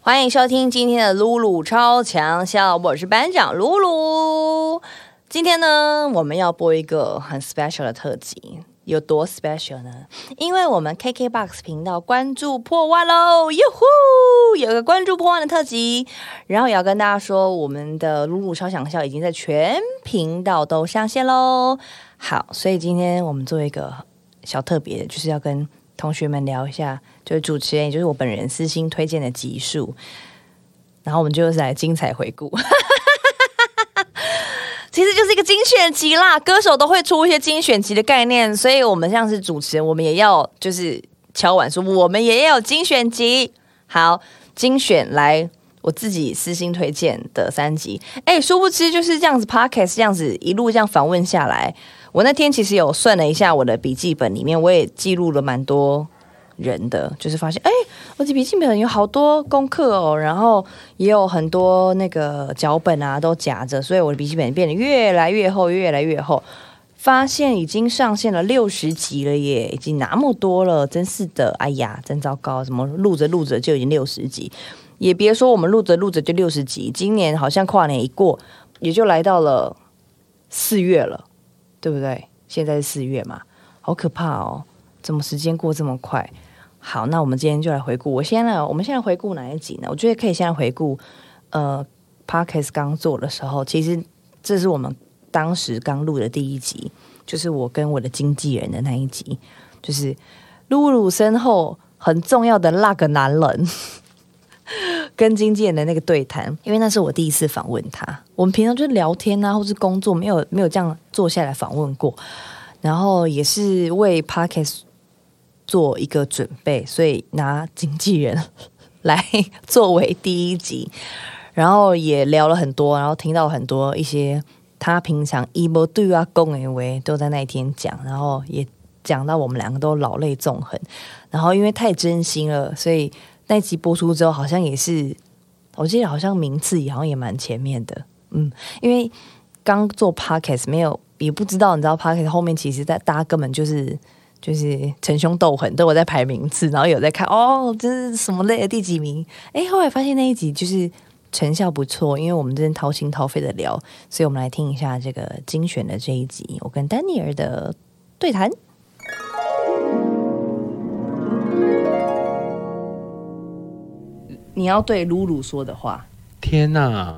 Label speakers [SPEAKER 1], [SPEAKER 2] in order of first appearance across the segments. [SPEAKER 1] 欢迎收听今天的露露超强笑，我是班长露露。今天呢，我们要播一个很 special 的特辑，有多 special 呢？因为我们 KKBOX 频道关注破万喽，哟呼，有个关注破万的特辑。然后也要跟大家说，我们的露露超强笑已经在全频道都上线喽。好，所以今天我们做一个小特别，就是要跟同学们聊一下，就是主持人，也就是我本人私心推荐的集数，然后我们就是来精彩回顾。 其实就是一个精选集啦，歌手都会出一些精选集的概念，所以我们像是主持人，我们也要就是敲碗说，我们也要有精选集。好，精选来我自己私心推荐的三集。哎，殊不知就是这样子，podcast 这样子一路这样访问下来，我那天其实有算了一下我的笔记本里面，我也记录了蛮多人的，就是发现哎，我的笔记本有好多功课哦，然后也有很多那个脚本啊都夹着，所以我的笔记本变得越来越厚，越来越厚。发现已经上线了六十集了耶，已经那么多了，真是的，哎呀，真糟糕！怎么录着录着就已经六十集？也别说我们录着录着就六十集，今年好像跨年一过，也就来到了四月了，对不对？现在是四月嘛，好可怕哦！怎么时间过这么快？好，那我们今天就来回顾。我先来，我们现在回顾哪一集呢？我觉得可以先来回顾，呃 p a r k e s 刚做的时候，其实这是我们当时刚录的第一集，就是我跟我的经纪人的那一集，就是露露身后很重要的那个男人。跟经纪人的那个对谈，因为那是我第一次访问他。我们平常就是聊天啊，或是工作，没有没有这样坐下来访问过。然后也是为 podcast 做一个准备，所以拿经纪人来作为第一集，然后也聊了很多，然后听到很多一些他平常一波对啊、共诶为都在那一天讲，然后也讲到我们两个都老泪纵横，然后因为太真心了，所以那一集播出之后，好像也是我记得好像名次也好像也蛮前面的，嗯，因为刚做 podcast 没有也不知道，你知道 podcast 后面其实在大家根本就是就是逞凶斗狠，都有在排名次，然后有在看哦，这是什么类的第几名？哎，后来发现那一集就是成效不错，因为我们真的掏心掏肺的聊，所以我们来听一下这个精选的这一集，我跟丹尼尔的对谈。你要对露露说的话，
[SPEAKER 2] 天 呐，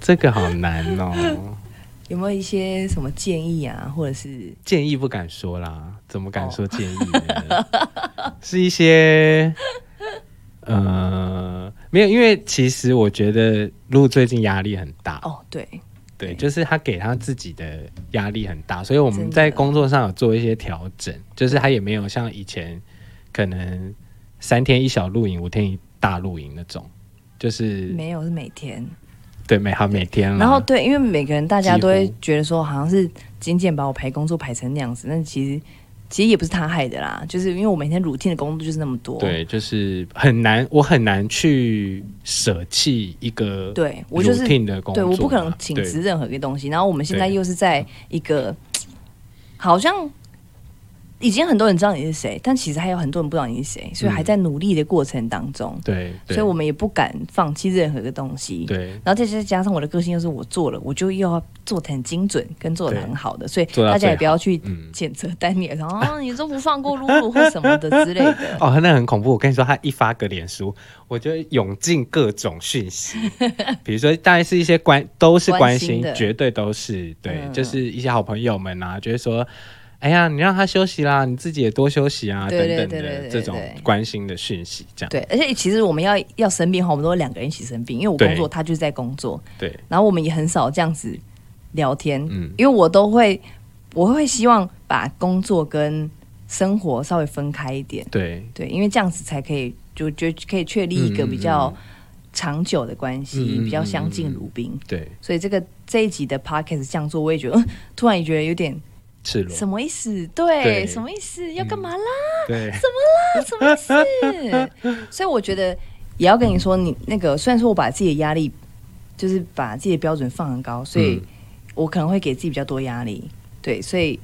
[SPEAKER 2] 这个好难哦！
[SPEAKER 1] 有没有一些什么建议啊，或者是
[SPEAKER 2] 建议不敢说啦，怎么敢说建议呢？ 是一些呃，没有，因为其实我觉得露最近压力很大，
[SPEAKER 1] 哦，对，
[SPEAKER 2] 对，就是他给他自己的压力很大，所以我
[SPEAKER 1] 真
[SPEAKER 2] 们
[SPEAKER 1] 的
[SPEAKER 2] 在工作上有做一些调整，就是他也没有像以前可能三天一小露营，五天一大露营那种，就是
[SPEAKER 1] 没有是每天，
[SPEAKER 2] 对每好每天啦，
[SPEAKER 1] 然后对，因为每个人大家
[SPEAKER 2] 嗯几乎
[SPEAKER 1] 都会觉得说，好像是金建把我排工作排成那样子，但其实其实也不是他害的啦，就是因为我每天 routine 的工作就是那么多，
[SPEAKER 2] 对，就是很难，我很难去舍弃一个
[SPEAKER 1] 对我就是
[SPEAKER 2] routine 的工作
[SPEAKER 1] 对，
[SPEAKER 2] 嘛，
[SPEAKER 1] 我不可能请
[SPEAKER 2] 对
[SPEAKER 1] 辞任何一个东西。然后我们现在
[SPEAKER 2] 对
[SPEAKER 1] 又是在一个好像已经很多人知道你是谁，但其实还有很多人不知道你是谁，所以还在努力的过程当中，
[SPEAKER 2] 对，嗯对
[SPEAKER 1] 所以我们也不敢放弃任何一个东西。
[SPEAKER 2] 对
[SPEAKER 1] 然后再加上我的个性又是我做了，我就又要做的很精准，跟做的很好的，所以
[SPEAKER 2] 做到
[SPEAKER 1] 大家
[SPEAKER 2] 最
[SPEAKER 1] 也不要去
[SPEAKER 2] 嗯
[SPEAKER 1] 谴责丹尼尔，然后、啊你都不放过露露或什么的之类 的。
[SPEAKER 2] 哦，那很恐怖。我跟你说，他一发个脸书，我就涌进各种 讯息，比如说，大概是一些关都是
[SPEAKER 1] 关
[SPEAKER 2] 关
[SPEAKER 1] 心
[SPEAKER 2] 心，
[SPEAKER 1] 的
[SPEAKER 2] 绝对都是对，
[SPEAKER 1] 嗯
[SPEAKER 2] 就是一些好朋友们啊，就会说。哎呀，你让他休息啦，你自己也多休息啊，
[SPEAKER 1] 对对
[SPEAKER 2] 等
[SPEAKER 1] 对
[SPEAKER 2] 等
[SPEAKER 1] 对对
[SPEAKER 2] 的这种
[SPEAKER 1] 对
[SPEAKER 2] 关心的讯息，这样
[SPEAKER 1] 对，而且其实我们要要生病的话，我们都会两个人一起生病，因为我工作，
[SPEAKER 2] 对
[SPEAKER 1] 他就是在工作，
[SPEAKER 2] 对
[SPEAKER 1] 然后我们也很少这样子聊天，
[SPEAKER 2] 嗯
[SPEAKER 1] 因为我都会，我会希望把工作跟生活稍微分开一点，
[SPEAKER 2] 对
[SPEAKER 1] 对，因为这样子才可以就就可以确立一个
[SPEAKER 2] 嗯嗯
[SPEAKER 1] 比较长久的关系，
[SPEAKER 2] 嗯嗯嗯
[SPEAKER 1] 比较相敬如宾。
[SPEAKER 2] 对，
[SPEAKER 1] 所以这个这一集的 podcast 这样做，我也觉得、嗯突然也觉得有点
[SPEAKER 2] 赤裸，
[SPEAKER 1] 什么意思？对，
[SPEAKER 2] 对嗯
[SPEAKER 1] 什么意思？要干嘛啦？
[SPEAKER 2] 对
[SPEAKER 1] 什么事？ 所以我觉得也要跟你说，你那个虽然说我把自己的压力，就是把自己的标准放很高，所以
[SPEAKER 2] 嗯
[SPEAKER 1] 我可能会给自己比较多压力。对，所以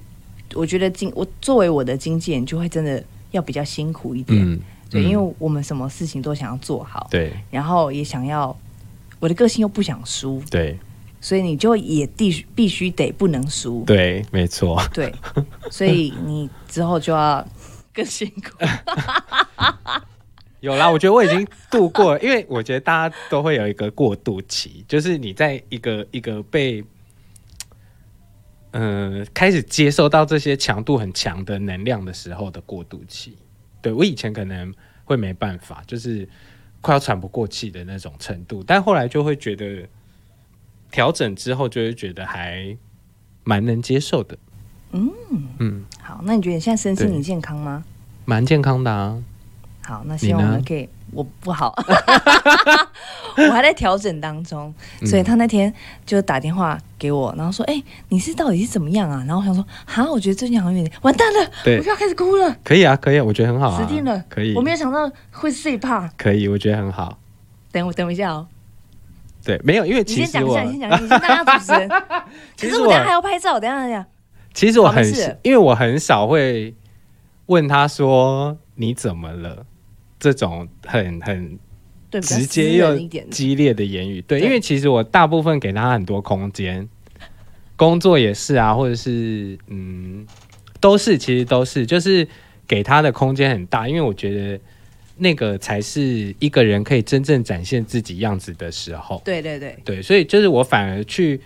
[SPEAKER 1] 我觉得经我作为我的经纪人，就会真的要比较辛苦一点，
[SPEAKER 2] 嗯，
[SPEAKER 1] 对，
[SPEAKER 2] 嗯
[SPEAKER 1] 因为我们什么事情都想要做好，
[SPEAKER 2] 对
[SPEAKER 1] 然后也想要我的个性又不想输，
[SPEAKER 2] 对
[SPEAKER 1] 所以你就也必须必须得不能输，
[SPEAKER 2] 对，没错，
[SPEAKER 1] 对，所以你之后就要更辛 苦，
[SPEAKER 2] 有啦，我觉得我已经度过了，因为我觉得大家都会有一个过渡期，就是你在一个一个被，呃，开始接受到这些强度很强的能量的时候的过渡期。对我以前可能会没办法，就是快要喘不过气的那种程度，但后来就会觉得调整之后，就会觉得还蛮能接受的。嗯嗯，
[SPEAKER 1] 好，那你觉得你现在身心
[SPEAKER 2] 对
[SPEAKER 1] 灵健康吗？
[SPEAKER 2] 蛮健康的啊。
[SPEAKER 1] 好，那希望我
[SPEAKER 2] 你呢
[SPEAKER 1] 们可以，我不好， 我还在调整当中，
[SPEAKER 2] 嗯
[SPEAKER 1] 所以他那天就打电话给我，然后说：“哎、你是到底是怎么样啊？”然后我想说：“哈，我觉得最近好像有点完蛋了，
[SPEAKER 2] 对
[SPEAKER 1] 我就要开始哭了，
[SPEAKER 2] 可以啊，可以啊，我觉得很好、啊，
[SPEAKER 1] 死定了，
[SPEAKER 2] 可以，
[SPEAKER 1] 我没有想到会是这一趴。
[SPEAKER 2] 可以，我觉得很好。
[SPEAKER 1] 等我等我一下哦，
[SPEAKER 2] 对，没有，因为
[SPEAKER 1] 你
[SPEAKER 2] 其
[SPEAKER 1] 先
[SPEAKER 2] 实
[SPEAKER 1] 讲一下，
[SPEAKER 2] 我
[SPEAKER 1] 你先讲一下，你先当一下主持人。可
[SPEAKER 2] 其
[SPEAKER 1] 是
[SPEAKER 2] 实
[SPEAKER 1] 我等一下还
[SPEAKER 2] 我
[SPEAKER 1] 要拍照，等一下等一下。
[SPEAKER 2] 其实我很
[SPEAKER 1] 好没事
[SPEAKER 2] 因为我很少会问他说你怎么了这种很很
[SPEAKER 1] 对，比较
[SPEAKER 2] 直接
[SPEAKER 1] 私
[SPEAKER 2] 又
[SPEAKER 1] 人一点，
[SPEAKER 2] 激烈的言语。对，
[SPEAKER 1] 对
[SPEAKER 2] 因为其实我大部分给他很多空间，工作也是啊，或者是嗯，都是其实都是，就是给他的空间很大，因为我觉得那个才是一个人可以真正展现自己样子的时候。
[SPEAKER 1] 对对对，
[SPEAKER 2] 对，所以就是我反而去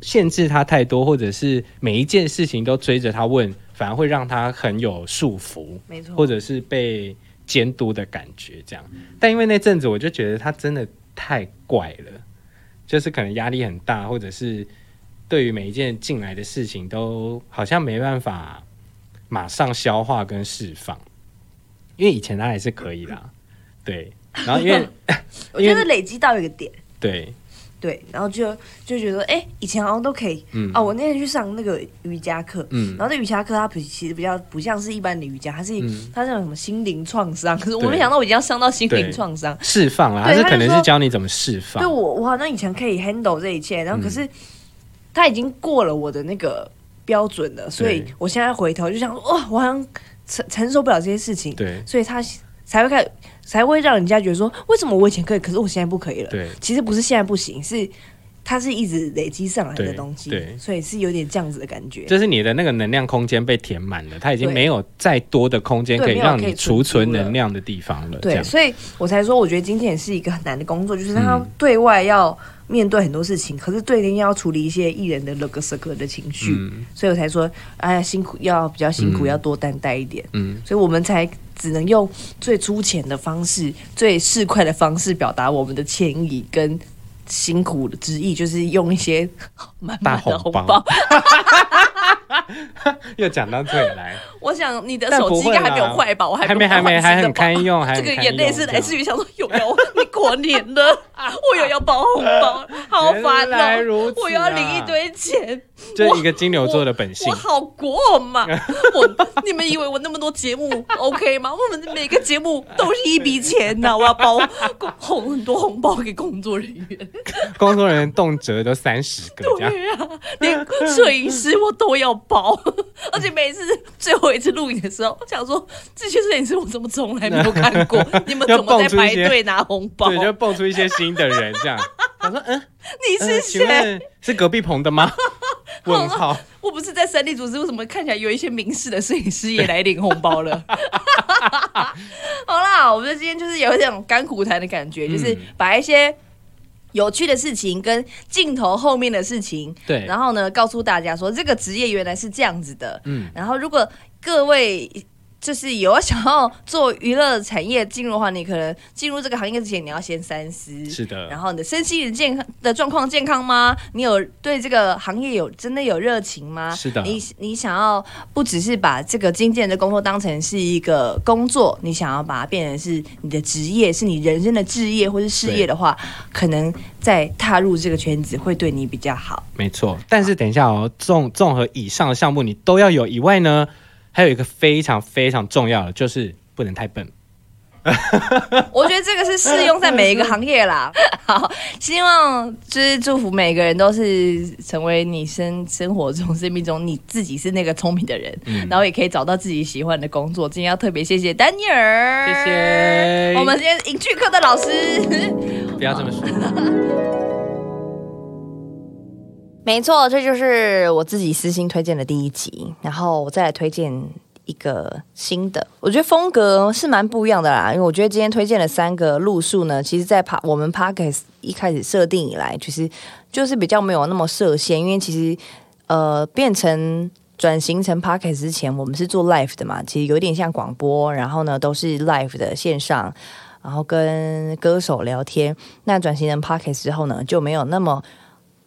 [SPEAKER 2] 限制他太多，或者是每一件事情都追着他问，反而会让他很有束缚，
[SPEAKER 1] 没错。
[SPEAKER 2] 或者是被监督的感觉这样。但因为那阵子我就觉得他真的太怪了，就是可能压力很大，或者是对于每一件进来的事情都好像没办法马上消化跟释放，因为以前他还是可以啦，对。然后因为
[SPEAKER 1] 我觉得累积到一个点，
[SPEAKER 2] 对
[SPEAKER 1] 对，然后就就觉得，哎、以前好像都可以。
[SPEAKER 2] 嗯
[SPEAKER 1] 哦，我那天去上那个瑜伽课，
[SPEAKER 2] 嗯
[SPEAKER 1] 然后那瑜伽课它比其实比较不像是一般的瑜伽，它是、
[SPEAKER 2] 嗯
[SPEAKER 1] 它是那种什么心灵创伤，可是我
[SPEAKER 2] 对
[SPEAKER 1] 没想到我已经要上到心
[SPEAKER 2] 对
[SPEAKER 1] 灵创伤。
[SPEAKER 2] 释放啦，
[SPEAKER 1] 对
[SPEAKER 2] 他是
[SPEAKER 1] 他
[SPEAKER 2] 可
[SPEAKER 1] 就
[SPEAKER 2] 能
[SPEAKER 1] 说
[SPEAKER 2] 是教你怎么释放
[SPEAKER 1] 对。我，我好像以前可以 handle 这一切，然后
[SPEAKER 2] 嗯
[SPEAKER 1] 可是它已经过了我的那个标准了，所以
[SPEAKER 2] 对
[SPEAKER 1] 我现在回头就想，哇，我好像承承受不了这些事情，
[SPEAKER 2] 对
[SPEAKER 1] 所以它才会开始才会让人家觉得说，为什么我以前可以，可是我现在不可以了？
[SPEAKER 2] 对
[SPEAKER 1] 其实不是现在不行，是它是一直累积上来的
[SPEAKER 2] 对
[SPEAKER 1] 东西
[SPEAKER 2] 对，
[SPEAKER 1] 所以是有点这样子的感觉。
[SPEAKER 2] 就是你的那个能量空间被填满了，它已经
[SPEAKER 1] 对
[SPEAKER 2] 没有再多的空间
[SPEAKER 1] 对
[SPEAKER 2] 可以
[SPEAKER 1] 没有
[SPEAKER 2] 让
[SPEAKER 1] 可以
[SPEAKER 2] 你储
[SPEAKER 1] 存
[SPEAKER 2] 存
[SPEAKER 1] 储了
[SPEAKER 2] 能量的地方了。这
[SPEAKER 1] 对，
[SPEAKER 2] 样
[SPEAKER 1] 所以我才说，我觉得经纪人是一个很难的工作，就是他
[SPEAKER 2] 嗯
[SPEAKER 1] 对外要面对很多事情，可是对内要处理一些艺人的 l o g 个的情绪，
[SPEAKER 2] 嗯
[SPEAKER 1] 所以我才说，哎呀，辛苦要比较辛苦，
[SPEAKER 2] 嗯
[SPEAKER 1] 要多担待一点。
[SPEAKER 2] 嗯，
[SPEAKER 1] 所以我们才只能用最粗浅的方式、最市侩的方式表达我们的歉意跟辛苦的之意，就是用一些满满
[SPEAKER 2] 大
[SPEAKER 1] 的
[SPEAKER 2] 红
[SPEAKER 1] 红
[SPEAKER 2] 包
[SPEAKER 1] 包。
[SPEAKER 2] 又讲到这里 来，
[SPEAKER 1] 我想你的
[SPEAKER 2] 但
[SPEAKER 1] 手
[SPEAKER 2] 不
[SPEAKER 1] 机应
[SPEAKER 2] 会
[SPEAKER 1] 该还没有
[SPEAKER 2] 啦
[SPEAKER 1] 坏吧？我
[SPEAKER 2] 还
[SPEAKER 1] 没
[SPEAKER 2] 没还没还很堪用，还
[SPEAKER 1] 这
[SPEAKER 2] 很
[SPEAKER 1] 个
[SPEAKER 2] 堪
[SPEAKER 1] 眼泪
[SPEAKER 2] 用
[SPEAKER 1] 是
[SPEAKER 2] 这
[SPEAKER 1] 来
[SPEAKER 2] 样
[SPEAKER 1] 自于想说有没有你过年 了，我有要包红 包，好
[SPEAKER 2] 原
[SPEAKER 1] 烦
[SPEAKER 2] 来
[SPEAKER 1] 哦、
[SPEAKER 2] 如此啊
[SPEAKER 1] 我又要领一堆钱，
[SPEAKER 2] 就是一个金牛座的本性
[SPEAKER 1] 我。好过嘛？ 我你们以为我那么多节目 OK 吗？我们每个节目都是一笔钱呐、我要包红很多红包给工作人员，
[SPEAKER 2] 工作人员动辄都三十个这样，
[SPEAKER 1] 对呀、啊，连摄影师我都要包， 而且每次最后一次录影的时候，我想说这些摄影师我怎么从来没有看 过？你们怎么在排队拿红包？
[SPEAKER 2] 对，就蹦出一些新的人这样。 想说，嗯，
[SPEAKER 1] 你是
[SPEAKER 2] 嗯请
[SPEAKER 1] 谁？
[SPEAKER 2] 问是隔壁棚的 吗？问号，
[SPEAKER 1] 我不是在三立组织，为什么看起来有一些明示的摄影师也来领红包了？ 好啦，我们今天就是有一种甘苦谈的感觉，就是把一些。有趣的事情跟镜头后面的事情，
[SPEAKER 2] 对
[SPEAKER 1] 然后呢，告诉大家说这个职业原来是这样子的，
[SPEAKER 2] 嗯
[SPEAKER 1] 然后如果各位就是有想要做娱乐产业进入的话，你可能进入这个行业之前，你要先三思，
[SPEAKER 2] 是的
[SPEAKER 1] 然后你的身心灵健康的状况健康吗？你有对这个行业有真的有热情吗？
[SPEAKER 2] 是的
[SPEAKER 1] 你你想要不只是把这个经纪人的工作当成是一个工作，你想要把它变成是你的职业，是你人生的置业或是事业的话，可能在踏入这个圈子会对你比较好。
[SPEAKER 2] 没错，但是等一下哦，综综合以上的项目你都要有以外呢，还有一个非常非常重要的，就是不能太笨。
[SPEAKER 3] 我觉得这个是适用在每一个行业啦。 好，希望就是祝福每个人都是成为你生生活中、生命中你自己是那个聪明的人，
[SPEAKER 2] 嗯
[SPEAKER 3] 然后也可以找到自己喜欢的工作。今天要特别谢谢丹尼尔，
[SPEAKER 2] 谢谢
[SPEAKER 3] 我们今天影剧课的老师。
[SPEAKER 2] 不要这么说。
[SPEAKER 1] 没错，这就是我自己私心推荐的第一集，然后我再来推荐一个新的。我觉得风格是蛮不一样的啦，因为我觉得今天推荐的三个路数呢，其实在 p 我们 p a d k a s 一开始设定以来，其实就是比较没有那么设限，因为其实呃变成。转型成 p o c k e t 之前，我们是做 live 的嘛，其实有点像广播，然后呢都是 live 的线上，然后跟歌手聊天。那转型成 p o c k e t 之后呢，就没有那么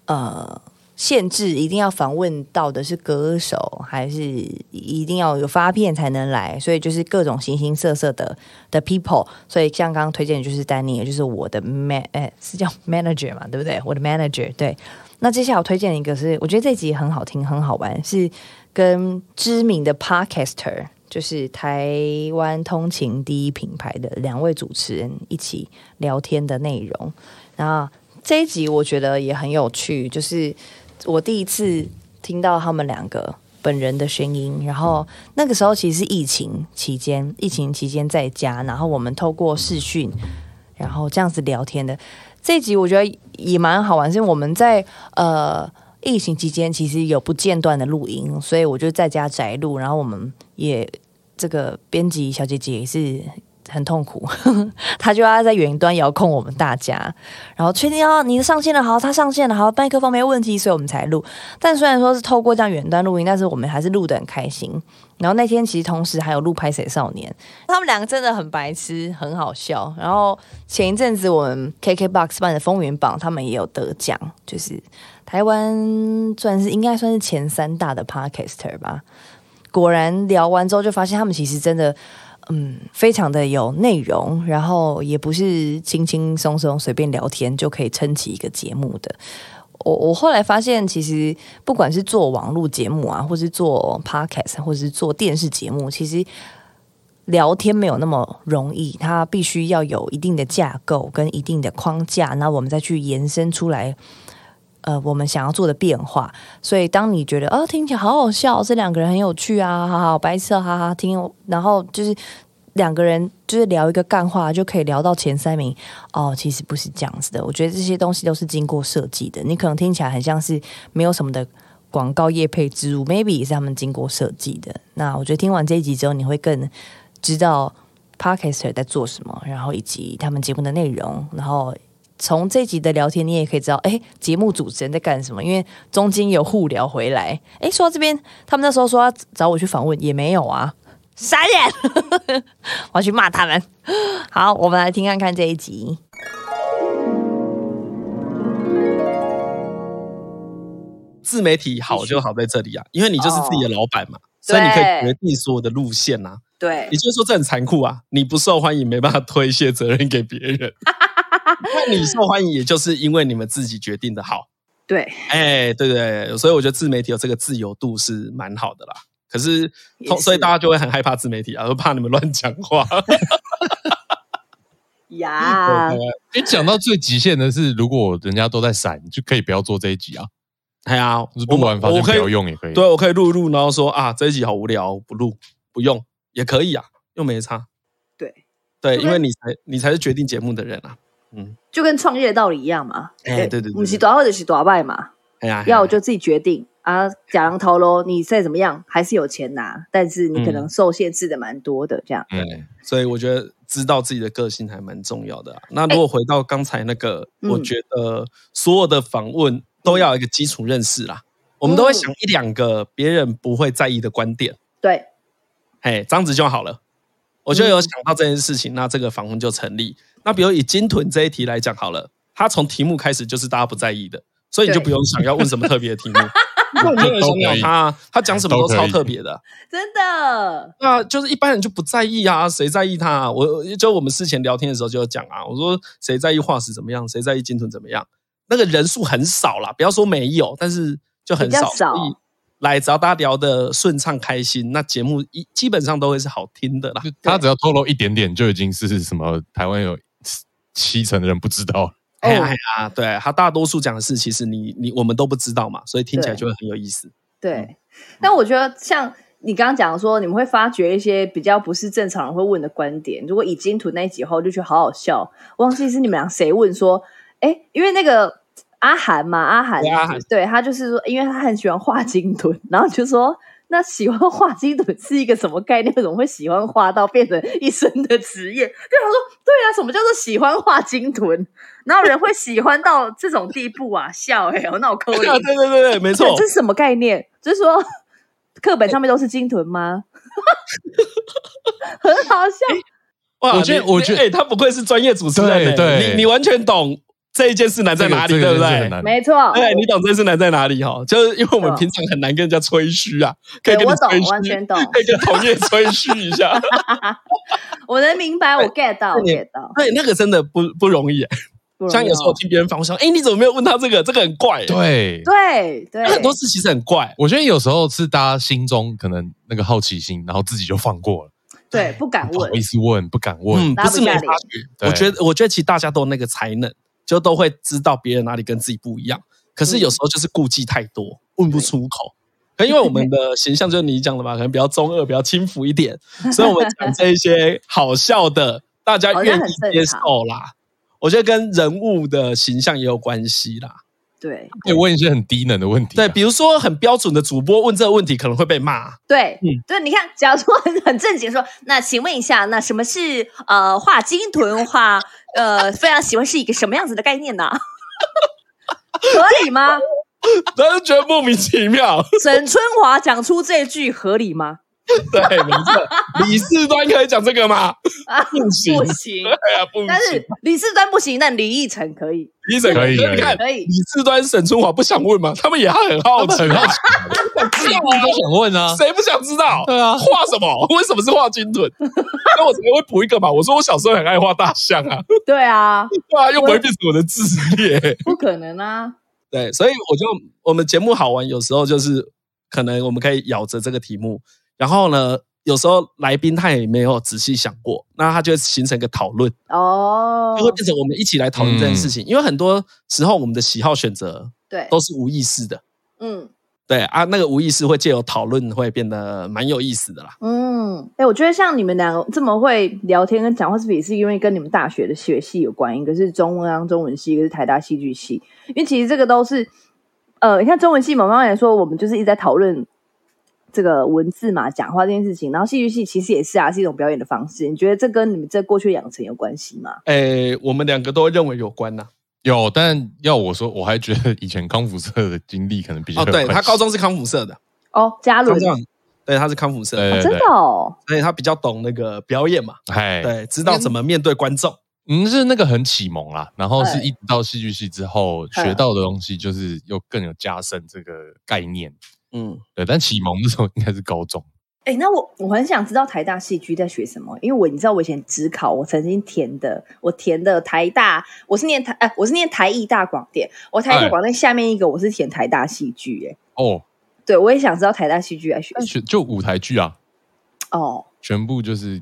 [SPEAKER 1] 呃限制一定要访问到的是歌手，还是一定要有发片才能来，所以就是各种形形色色的的 people。所以像刚刚推荐的就是丹尼，也就是我的 man，哎、是叫 manager 嘛，对不对？我的 manager 对。那接下来我推荐一个是，我觉得这集很好听，很好玩，是跟知名的 podcaster，就是台湾通勤第一品牌的两位主持人一起聊天的内容。那这一集我觉得也很有趣，就是我第一次听到他们两个本人的声音，然后那个时候其实是疫情期间，疫情期间在家，然后我们透过视讯，然后这样子聊天的。这一集我觉得也蛮好玩，是我们在呃疫情期间其实有不间断的录音，所以我就在家宅录，然后我们也这个编辑小姐姐也是很痛苦， 她就要在远端遥控我们大家，然后确定哦，你上线了，好，他上线了，好，麦克风没问题，所以我们才录。但虽然说是透过这样远端录音，但是我们还是录得很开心。然后那天其实同时还有录《拍谁少年》，他们两个真的很白痴，很好笑。然后前一阵子我们 KKBOX 办的风云榜，他们也有得奖，就是台湾算是应该算是前三大的 Podcaster 吧。果然聊完之后就发现，他们其实真的，嗯，非常的有内容，然后也不是轻轻松松随便聊天就可以撑起一个节目的。我我后来发现，其实不管是做网络节目啊，或是做 podcast，或是做电视节目，其实聊天没有那么容易，它必须要有一定的架构跟一定的框架，那我们再去延伸出来。呃，我们想要做的变化，所以当你觉得哦，听起来好好笑，这两个人很有趣啊，哈哈，好白痴啊，哈哈，听，然后就是两个人就是聊一个干话就可以聊到前三名，哦，其实不是这样子的。我觉得这些东西都是经过设计的，你可能听起来很像是没有什么的广告业配植入，maybe 也是他们经过设计的。那我觉得听完这一集之后，你会更知道 Podcaster 在做什么，然后以及他们节目的内容，然后。从这集的聊天，你也可以知道，哎，节目主持人在干什么，因为中间有互聊回来。哎，说到这边，他们那时候说要找我去访问，也没有啊，傻眼！我要去骂他们。 好，我们来听看看这一集。
[SPEAKER 4] 自媒体好就好在这里啊，因为你
[SPEAKER 3] 哦
[SPEAKER 4] 就是自己的老板嘛，所以你可以决定所有的路线呐、啊。
[SPEAKER 3] 对
[SPEAKER 4] 也就是说，这很残酷啊，你不受欢迎，没办法推卸责任给别人。 那你受欢迎，也就是因为你们自己决定的好。
[SPEAKER 3] 对，
[SPEAKER 4] 哎、对对，所以我觉得自媒体有这个自由度是蛮好的啦。可是
[SPEAKER 3] 也，
[SPEAKER 4] 通所以
[SPEAKER 3] 是
[SPEAKER 4] 大家就会很害怕自媒体啊，会怕你们乱讲 话。
[SPEAKER 1] 嗯
[SPEAKER 3] 呀
[SPEAKER 4] 对对
[SPEAKER 5] 你哎讲到最极限的是，如果人家都在闪，就可以不要做这一集啊。
[SPEAKER 4] 哎呀，我
[SPEAKER 5] 就是录完发现
[SPEAKER 4] 我
[SPEAKER 5] 不
[SPEAKER 4] 可以
[SPEAKER 5] 要用也可以。
[SPEAKER 4] 对，我啊可以录一录，然后说啊，这一集好无聊，不录不用也可以啊，又没差。
[SPEAKER 3] 对，
[SPEAKER 4] 对，
[SPEAKER 3] 就
[SPEAKER 4] 因
[SPEAKER 3] 跟
[SPEAKER 4] 为你才你才是决定节目的人啊。嗯，
[SPEAKER 3] 就跟创业的道理一样嘛。
[SPEAKER 4] 哎对对对
[SPEAKER 3] 不是多或者是多败嘛，
[SPEAKER 4] 哎呀，
[SPEAKER 3] 要
[SPEAKER 4] 哎
[SPEAKER 3] 我
[SPEAKER 4] 呀
[SPEAKER 3] 就自己决定啊。假狼头喽，你再怎么样还是有钱拿，但是你可
[SPEAKER 4] 嗯
[SPEAKER 3] 能受限制的蛮多的这样。
[SPEAKER 5] 嗯，
[SPEAKER 4] 所以我觉得知道自己的个性还蛮重要的啊、那如果回到刚才那个，
[SPEAKER 3] 哎嗯
[SPEAKER 4] 我觉得所有的访问都要有一个基础认识啦。我们都会
[SPEAKER 3] 嗯
[SPEAKER 4] 想一两个别人不会在意的观点，
[SPEAKER 3] 对，
[SPEAKER 4] 哎，这样子就好了。我就有
[SPEAKER 3] 嗯
[SPEAKER 4] 想到这件事情，那这个访问就成立。那比如以金屯这一题来讲好了，它从题目开始就是大家不在意的，所以你就
[SPEAKER 3] 对
[SPEAKER 4] 不用想要问什么特别的题 目，因为没有人想鸟他啊，他讲什么都超特别的啊。
[SPEAKER 3] 真的，
[SPEAKER 4] 那啊就是一般人就不在意啊，谁在意他、啊？我就我们事前聊天的时候就有讲啊，我说谁在意化石怎么样，谁在意金屯怎么样？那个人数很少啦，不要说没有，但是就很
[SPEAKER 3] 比较
[SPEAKER 4] 少。
[SPEAKER 3] 少
[SPEAKER 4] 所以来，只要大家聊得顺畅开心，那节目一基本上都会是好听的啦。
[SPEAKER 5] 就他只要透露一点点，就已经是什么台湾有七成的人不知道了。
[SPEAKER 4] 哎呀哎呀，对他大多数讲的事，其实你你我们都不知道嘛，所以听起来就会很有意思。
[SPEAKER 1] 对，但我觉得像你刚刚讲说，你们会发掘一些比较不是正常人会问的观点。如果以金图那一集后，就觉得好好笑。忘记是你们俩谁问说，哎，因为那个阿涵嘛，阿涵，
[SPEAKER 4] 对啊阿涵
[SPEAKER 1] 对他就是说，因为他很喜欢画金图，然后就说。那喜欢画金图是一个什么概念？怎么会喜欢画到变成一生的职业？对，他说对啊，什么叫做喜欢画金臀？然后人会喜欢到这种地步啊？笑哎、欸，我那我抠
[SPEAKER 4] 对啊
[SPEAKER 1] 脸
[SPEAKER 4] 对。对对对，没错
[SPEAKER 1] 这。这是什么概念？就是说课本上面都是鲸豚吗？ 很好笑，
[SPEAKER 4] 哇，
[SPEAKER 5] 我觉得
[SPEAKER 4] 你
[SPEAKER 5] 我觉得
[SPEAKER 4] 哎，他不愧是专业主持人欸，
[SPEAKER 5] 对对
[SPEAKER 4] 你你完全懂这一件事难在哪里，
[SPEAKER 5] 这个
[SPEAKER 4] 对不
[SPEAKER 5] 这个真的
[SPEAKER 4] 对
[SPEAKER 5] 很？难
[SPEAKER 1] 没错，
[SPEAKER 4] 对，哎你懂这件事难在哪里哈？就是因为我们
[SPEAKER 1] 对
[SPEAKER 4] 平常很难跟人家吹嘘啊，可以
[SPEAKER 1] 嗯对
[SPEAKER 4] 跟你
[SPEAKER 1] 我懂
[SPEAKER 4] 吹，嘘，
[SPEAKER 1] 完全 懂，
[SPEAKER 4] 可以跟同业吹嘘一 下。
[SPEAKER 1] 我能明白，我 get 到我
[SPEAKER 4] 对
[SPEAKER 1] ，get 到，
[SPEAKER 4] 对，那个真的不不容易欸。
[SPEAKER 1] 不容易哦
[SPEAKER 4] 像有时候我听别人访问，我想，哎，你怎么没有问他这个？这个很怪欸。
[SPEAKER 5] 对，
[SPEAKER 1] 对对，
[SPEAKER 4] 很多事其实很怪。
[SPEAKER 5] 我觉得有时候是大家心中可能那个好奇心，然后自己就放过了，
[SPEAKER 1] 对不敢
[SPEAKER 5] 不好
[SPEAKER 1] 问
[SPEAKER 5] 意，思问，不敢问
[SPEAKER 4] 嗯，。不是没
[SPEAKER 1] 拉
[SPEAKER 4] 发
[SPEAKER 1] 不下
[SPEAKER 4] 觉。
[SPEAKER 5] 脸
[SPEAKER 4] 我觉得，我觉得其实大家都有那个才能，就都会知道别人哪里跟自己不一样。
[SPEAKER 1] 嗯
[SPEAKER 4] 可是有时候就是顾忌太多，问不出口。可因为我们的形象就是你讲的嘛，可能比较中二，比较轻浮 一点，所以我们讲这一些好笑的，大家
[SPEAKER 1] 好像
[SPEAKER 4] 愿
[SPEAKER 1] 哦很正
[SPEAKER 4] 意接受啦。我觉得跟人物的形象也有关系啦。
[SPEAKER 1] 对
[SPEAKER 5] 可以问一些很低能的问题啊。
[SPEAKER 4] 对，比如说很标准的主播问这个问题可能会被骂，
[SPEAKER 1] 对
[SPEAKER 4] 嗯
[SPEAKER 1] 对，你看，假如说很很正经说，那请问一下，那什么是呃画鲸豚画呃非常喜欢是一个什么样子的概念呢？ 合理吗？
[SPEAKER 4] 然后就觉得莫名其妙。
[SPEAKER 1] 沈春华讲出这句合理吗？
[SPEAKER 4] 对，没错，李四端可以讲这个吗？
[SPEAKER 1] 啊，
[SPEAKER 4] 不行，
[SPEAKER 1] 不行。
[SPEAKER 4] 哎呀，不 行。
[SPEAKER 1] 但是李世端不行，但李义成可以，
[SPEAKER 4] 李沈
[SPEAKER 5] 可以
[SPEAKER 4] 你看
[SPEAKER 1] 可以
[SPEAKER 4] 李志端、沈春华不想问吗？他们也很好奇，
[SPEAKER 5] 很好奇，我都想问 啊。
[SPEAKER 4] 谁不想知道？
[SPEAKER 5] 对啊
[SPEAKER 4] 画什么？为什么是画鲸 豚？那我才会补一个嘛。我说我小时候很爱画大象啊，
[SPEAKER 1] 对啊，
[SPEAKER 4] 对啊，又不会变成我的职业。
[SPEAKER 1] 不可能啊，
[SPEAKER 4] 对，所以我就我们节目好玩，有时候就是可能我们可以咬着这个题目，然后呢，有时候来宾他也没有仔细想过，那他就会形成一个讨论。
[SPEAKER 1] 哦
[SPEAKER 4] 就，会变成我们一起来讨论这件事情。因为很多时候我们的喜好选择
[SPEAKER 1] 对，
[SPEAKER 4] 都是无意识的，
[SPEAKER 1] 嗯
[SPEAKER 4] 对啊，那个无意识会借由讨论会变得蛮有意思的啦。
[SPEAKER 1] 嗯，哎、我觉得像你们两个这么会聊天跟讲话，是不是也是因为跟你们大学的学系有关？一个是中文啊，中文系，一个是台大戏剧系，因为其实这个都是，呃，你看中文系某方面来说，我们就是一直在讨论这个文字嘛，讲话这件事情，然后戏剧系其实也是啊，是一种表演的方式。你觉得这跟你们这过去养成有关系吗？
[SPEAKER 4] 诶，我们两个都认为有关呐、
[SPEAKER 5] 有，但要我说，我还觉得以前康复社的经历可能比较
[SPEAKER 4] 哦，
[SPEAKER 5] 有
[SPEAKER 4] 对
[SPEAKER 5] 关
[SPEAKER 4] 他
[SPEAKER 5] 系
[SPEAKER 4] 高中是康复社的，
[SPEAKER 1] 哦，嘉
[SPEAKER 4] 他
[SPEAKER 1] 伦，
[SPEAKER 4] 这样，对，他是康复社的，
[SPEAKER 5] 对
[SPEAKER 1] 真
[SPEAKER 5] 对
[SPEAKER 1] 的哦，
[SPEAKER 4] 所以他比较懂那个表演嘛，
[SPEAKER 5] 对，哎，
[SPEAKER 4] 对，知道怎么面对观众。
[SPEAKER 5] 嗯，是那个很启蒙啦，然后是
[SPEAKER 1] 哎
[SPEAKER 5] 一直到戏剧系之后
[SPEAKER 1] 嗯
[SPEAKER 5] 学到的东西，就是又更有加深这个概念。
[SPEAKER 4] 嗯，
[SPEAKER 5] 对，但启蒙那时候应该是高中，
[SPEAKER 1] 哎、那我我很想知道台大戏剧在学什么，因为我你知道我以前只考，我曾经填的，我填的台大，我是念台，呃，我是念台艺大广电，我台艺大
[SPEAKER 5] 哎
[SPEAKER 1] 广电下面一个我是填台大戏剧，哎，
[SPEAKER 5] 哦，
[SPEAKER 1] 对我也想知道台大戏剧在学什
[SPEAKER 5] 学就舞台剧啊，
[SPEAKER 1] 么哦，
[SPEAKER 5] 全部就是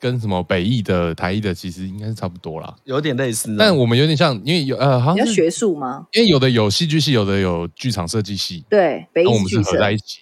[SPEAKER 5] 跟什么北艺的、台艺的其实应该是差不多啦。
[SPEAKER 4] 有点类似啊，
[SPEAKER 5] 但我们有点像，因为有呃，好
[SPEAKER 1] 你要
[SPEAKER 5] 像是
[SPEAKER 1] 学术吗？
[SPEAKER 5] 因为有的有戏剧系，有的有剧场设计系，
[SPEAKER 1] 对，北
[SPEAKER 5] 那我
[SPEAKER 1] 艺
[SPEAKER 5] 们
[SPEAKER 1] 剧
[SPEAKER 5] 是合在
[SPEAKER 1] 社
[SPEAKER 5] 一起。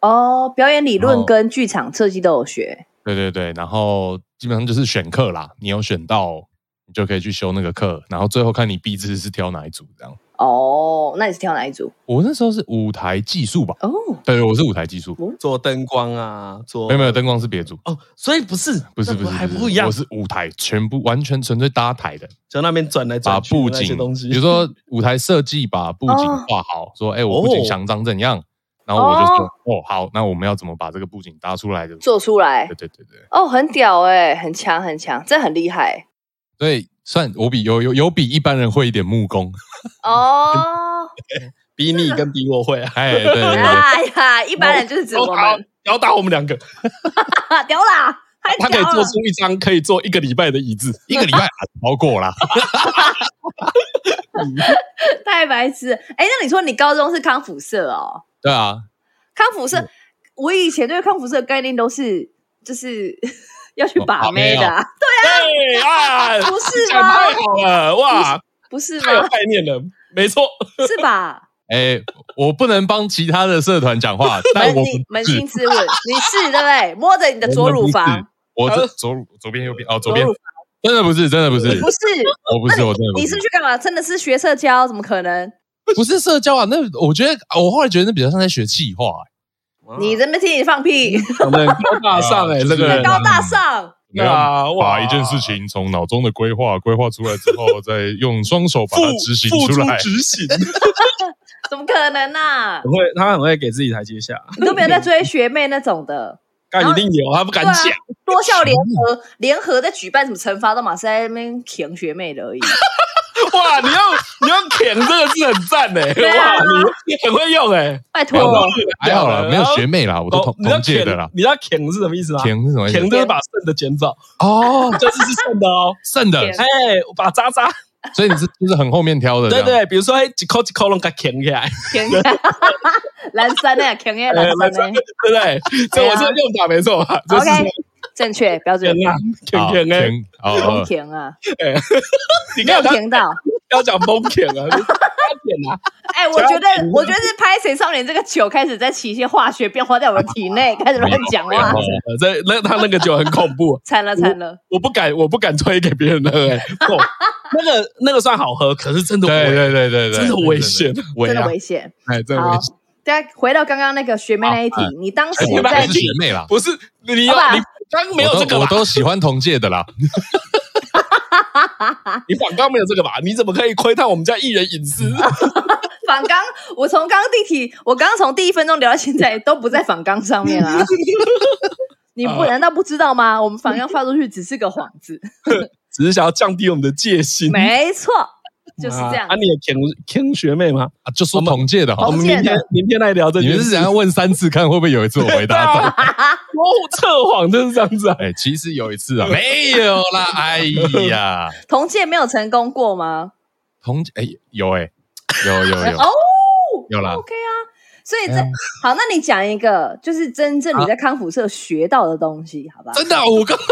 [SPEAKER 1] 哦，表演理
[SPEAKER 5] 然
[SPEAKER 1] 论
[SPEAKER 5] 后
[SPEAKER 1] 跟剧场设计都有学，
[SPEAKER 5] 对对对，然后基本上就是选课啦，你有选到，你就可以去修那个课，然后最后看你毕制是挑哪一组这样。
[SPEAKER 1] 哦，那你是挑哪一组？
[SPEAKER 5] 我那时候是舞台技术吧，
[SPEAKER 1] 哦，
[SPEAKER 5] 对，我是舞台技术，
[SPEAKER 4] 做灯光啊，做
[SPEAKER 5] 没有没有灯光是别组，
[SPEAKER 4] 哦，所以不是
[SPEAKER 5] 不是
[SPEAKER 4] 那
[SPEAKER 5] 不是
[SPEAKER 4] 还
[SPEAKER 5] 是
[SPEAKER 4] 不一样
[SPEAKER 5] 我，是舞台全部完全纯粹搭台的，
[SPEAKER 4] 就那边转来
[SPEAKER 5] 把
[SPEAKER 4] 转去
[SPEAKER 5] 布
[SPEAKER 4] 那些
[SPEAKER 5] 景，
[SPEAKER 4] 东西，
[SPEAKER 5] 比如说舞台设计把布景
[SPEAKER 1] 哦
[SPEAKER 5] 画好，说哎、我布景
[SPEAKER 4] 哦
[SPEAKER 5] 想长怎样，然后我就说
[SPEAKER 1] 哦
[SPEAKER 5] 哦好，那我们要怎么把这个布景搭出来的？
[SPEAKER 1] 做出来
[SPEAKER 5] 对对对对，
[SPEAKER 1] 哦，很屌哎、很强很强，这很厉害
[SPEAKER 5] 所以算我比有有有比一般人会一点木工，
[SPEAKER 1] 哦，
[SPEAKER 4] 比你跟比我会啊，
[SPEAKER 5] 哎对对对对。
[SPEAKER 1] 哎呀，一般人就是指我
[SPEAKER 4] 然后
[SPEAKER 1] 们
[SPEAKER 4] 打。然后打我们两个，
[SPEAKER 1] 啊，屌啦！太
[SPEAKER 4] 他可
[SPEAKER 1] 屌
[SPEAKER 4] 以
[SPEAKER 1] 了！
[SPEAKER 4] 做出一张可以做一个礼拜的椅子。
[SPEAKER 5] 一个礼拜啊超过啦，
[SPEAKER 1] 太白痴了。哎、那你说你高中是康复社哦？
[SPEAKER 5] 对啊，
[SPEAKER 3] 康复社，我以前对康复社的概念都是就是 要去
[SPEAKER 5] 哦
[SPEAKER 3] 把
[SPEAKER 5] 把
[SPEAKER 3] 妹
[SPEAKER 5] 妹
[SPEAKER 3] 的、啊，
[SPEAKER 4] 对啊，
[SPEAKER 3] 不是
[SPEAKER 4] 讲
[SPEAKER 3] 吗
[SPEAKER 4] 太？好了，哇，
[SPEAKER 3] 不是
[SPEAKER 4] 太有
[SPEAKER 3] 吗？
[SPEAKER 4] 概念了，没错，
[SPEAKER 3] 是吧？
[SPEAKER 5] 哎，我不能帮其他的社团 讲话，但
[SPEAKER 3] 扪
[SPEAKER 5] 我
[SPEAKER 3] 你
[SPEAKER 5] 不
[SPEAKER 3] 扪
[SPEAKER 5] 是
[SPEAKER 3] 心，自问，你是对不对？摸着你的左乳房，
[SPEAKER 5] 我这
[SPEAKER 4] 呃
[SPEAKER 5] 左乳左边右边哦，左
[SPEAKER 3] 左
[SPEAKER 5] 边
[SPEAKER 3] 乳房
[SPEAKER 5] 真的不是，真的不是，
[SPEAKER 3] 不是？
[SPEAKER 5] 我不是，我真的不
[SPEAKER 3] 你是去干嘛？真的是学社交？怎么可能？
[SPEAKER 5] 不是社交啊？那我觉得我后来觉得那比较像在学气化、欸，
[SPEAKER 4] 哦
[SPEAKER 3] 你在那边听你放屁，
[SPEAKER 4] 长得很高大上哎，
[SPEAKER 5] 啊
[SPEAKER 4] 这个人
[SPEAKER 5] 就是
[SPEAKER 3] 高大上。
[SPEAKER 5] 没有
[SPEAKER 4] 啊哇
[SPEAKER 5] 把一件事情从脑中的规划规划出来之 后，再用双手把它
[SPEAKER 4] 付
[SPEAKER 5] 执行
[SPEAKER 4] 付
[SPEAKER 5] 出
[SPEAKER 4] 诸
[SPEAKER 5] 来。
[SPEAKER 4] 执行，
[SPEAKER 3] 怎么可能呐、啊？
[SPEAKER 4] 很会，他很会给自己台阶下，
[SPEAKER 3] 你都没有在追学妹那种的，
[SPEAKER 4] 但一定有，他不敢讲
[SPEAKER 3] 对啊。多校联合联合在举办什么惩罚，都嘛是在那边舔学妹的而已。
[SPEAKER 4] 哇，你用你用“舔”这个字很赞哎，
[SPEAKER 3] 对啊
[SPEAKER 4] 哇，你你很会用哎，
[SPEAKER 3] 拜
[SPEAKER 5] 没有
[SPEAKER 3] 托，
[SPEAKER 5] 还 好啦，没有学妹啦，我都
[SPEAKER 4] 哦
[SPEAKER 5] 同
[SPEAKER 4] 你知道
[SPEAKER 5] 同
[SPEAKER 4] 舔
[SPEAKER 5] 届的啦。
[SPEAKER 4] 你知道“舔”是什么意思吗？
[SPEAKER 5] 甜是什么意思？
[SPEAKER 4] 舔就是把剩的捡走，
[SPEAKER 5] 哦，
[SPEAKER 4] 这次是剩的哦。
[SPEAKER 5] 剩的，
[SPEAKER 4] 哎，我把渣渣，
[SPEAKER 5] 所以你是就是很后面挑的，
[SPEAKER 4] 对，对，比如说哎几口几口拢给它舔起来，
[SPEAKER 3] 舔蓝山呢，舔耶蓝
[SPEAKER 1] 啊
[SPEAKER 4] 哎没错
[SPEAKER 3] 山呢
[SPEAKER 4] 对不对？这
[SPEAKER 3] 对啊
[SPEAKER 4] 我这个用法没错吧？这是什
[SPEAKER 3] ，OK，
[SPEAKER 4] 么
[SPEAKER 3] 正确标准
[SPEAKER 4] 舔，啊，
[SPEAKER 5] 好
[SPEAKER 4] 舔舔哎，
[SPEAKER 5] 甜哦
[SPEAKER 3] 蒙
[SPEAKER 5] 哦，
[SPEAKER 3] 舔啊，
[SPEAKER 4] 你
[SPEAKER 3] 没有
[SPEAKER 1] 啊
[SPEAKER 4] 看他
[SPEAKER 3] 舔到。
[SPEAKER 4] 要讲蒙舔啊， 就是他舔啊，
[SPEAKER 3] 哎，我觉得，我觉得是拍《谁少年》这个球开始在起一些化学变化在我们体内，开始乱讲
[SPEAKER 5] 没有
[SPEAKER 3] 话
[SPEAKER 5] 没，有
[SPEAKER 4] 呃这那他那个就很恐怖，
[SPEAKER 3] 惨了惨了，
[SPEAKER 4] 我不敢，我不敢推给别人喝 哎，哦那个那个算好喝，可是真的
[SPEAKER 5] 哦对
[SPEAKER 4] 危
[SPEAKER 5] 对对对对，
[SPEAKER 4] 真的危险，
[SPEAKER 5] 危
[SPEAKER 3] 真的
[SPEAKER 5] 啊，
[SPEAKER 3] 危险。
[SPEAKER 4] 哎，真的危
[SPEAKER 3] 好
[SPEAKER 4] 险。，
[SPEAKER 3] 大家回到刚刚那个学妹那一题
[SPEAKER 5] 啊，
[SPEAKER 3] 你当时
[SPEAKER 5] 哎我
[SPEAKER 4] 们
[SPEAKER 5] 还
[SPEAKER 3] 在
[SPEAKER 5] 是学妹啦，
[SPEAKER 4] 不是你要
[SPEAKER 3] 好吧
[SPEAKER 4] 你刚没有这个
[SPEAKER 5] 我
[SPEAKER 4] 吧
[SPEAKER 5] 都？我都喜欢同届的啦，
[SPEAKER 4] 你反刚没有这个吧？你怎么可以窥探我们家艺人隐 私？
[SPEAKER 3] 反刚，我从刚刚地铁，我刚刚从第一分钟聊到现在，都不在反刚上面 啊。你不难道不知道吗？我们反刚发出去只是个幌 子，
[SPEAKER 4] 只是想要降低我们的戒心，
[SPEAKER 3] 没错，就是这样
[SPEAKER 4] 啊，。你也舔舔学妹吗？
[SPEAKER 5] 啊就说同届的
[SPEAKER 4] 好
[SPEAKER 5] 好
[SPEAKER 4] 我
[SPEAKER 3] 同。
[SPEAKER 4] 们
[SPEAKER 3] 届
[SPEAKER 4] 明天
[SPEAKER 3] 的
[SPEAKER 4] 明天来聊这
[SPEAKER 5] 你
[SPEAKER 4] 件
[SPEAKER 5] 们是
[SPEAKER 4] 事。
[SPEAKER 5] 想要问三次，看会不会有一次我回答
[SPEAKER 4] 啊
[SPEAKER 5] 到？
[SPEAKER 4] 我哦测谎就是这样子啊！
[SPEAKER 5] 哎，其实有一次啊，没有啦，哎呀，
[SPEAKER 3] 同届没有成功过吗？
[SPEAKER 5] 同哎有哎有有有
[SPEAKER 3] 哦，
[SPEAKER 5] 有啦，
[SPEAKER 3] OK 啊。所以这
[SPEAKER 5] 哎呀
[SPEAKER 3] 好，那你讲一个，就是真正你在康复社学到的东西，好吧？
[SPEAKER 5] 真的啊，我刚刚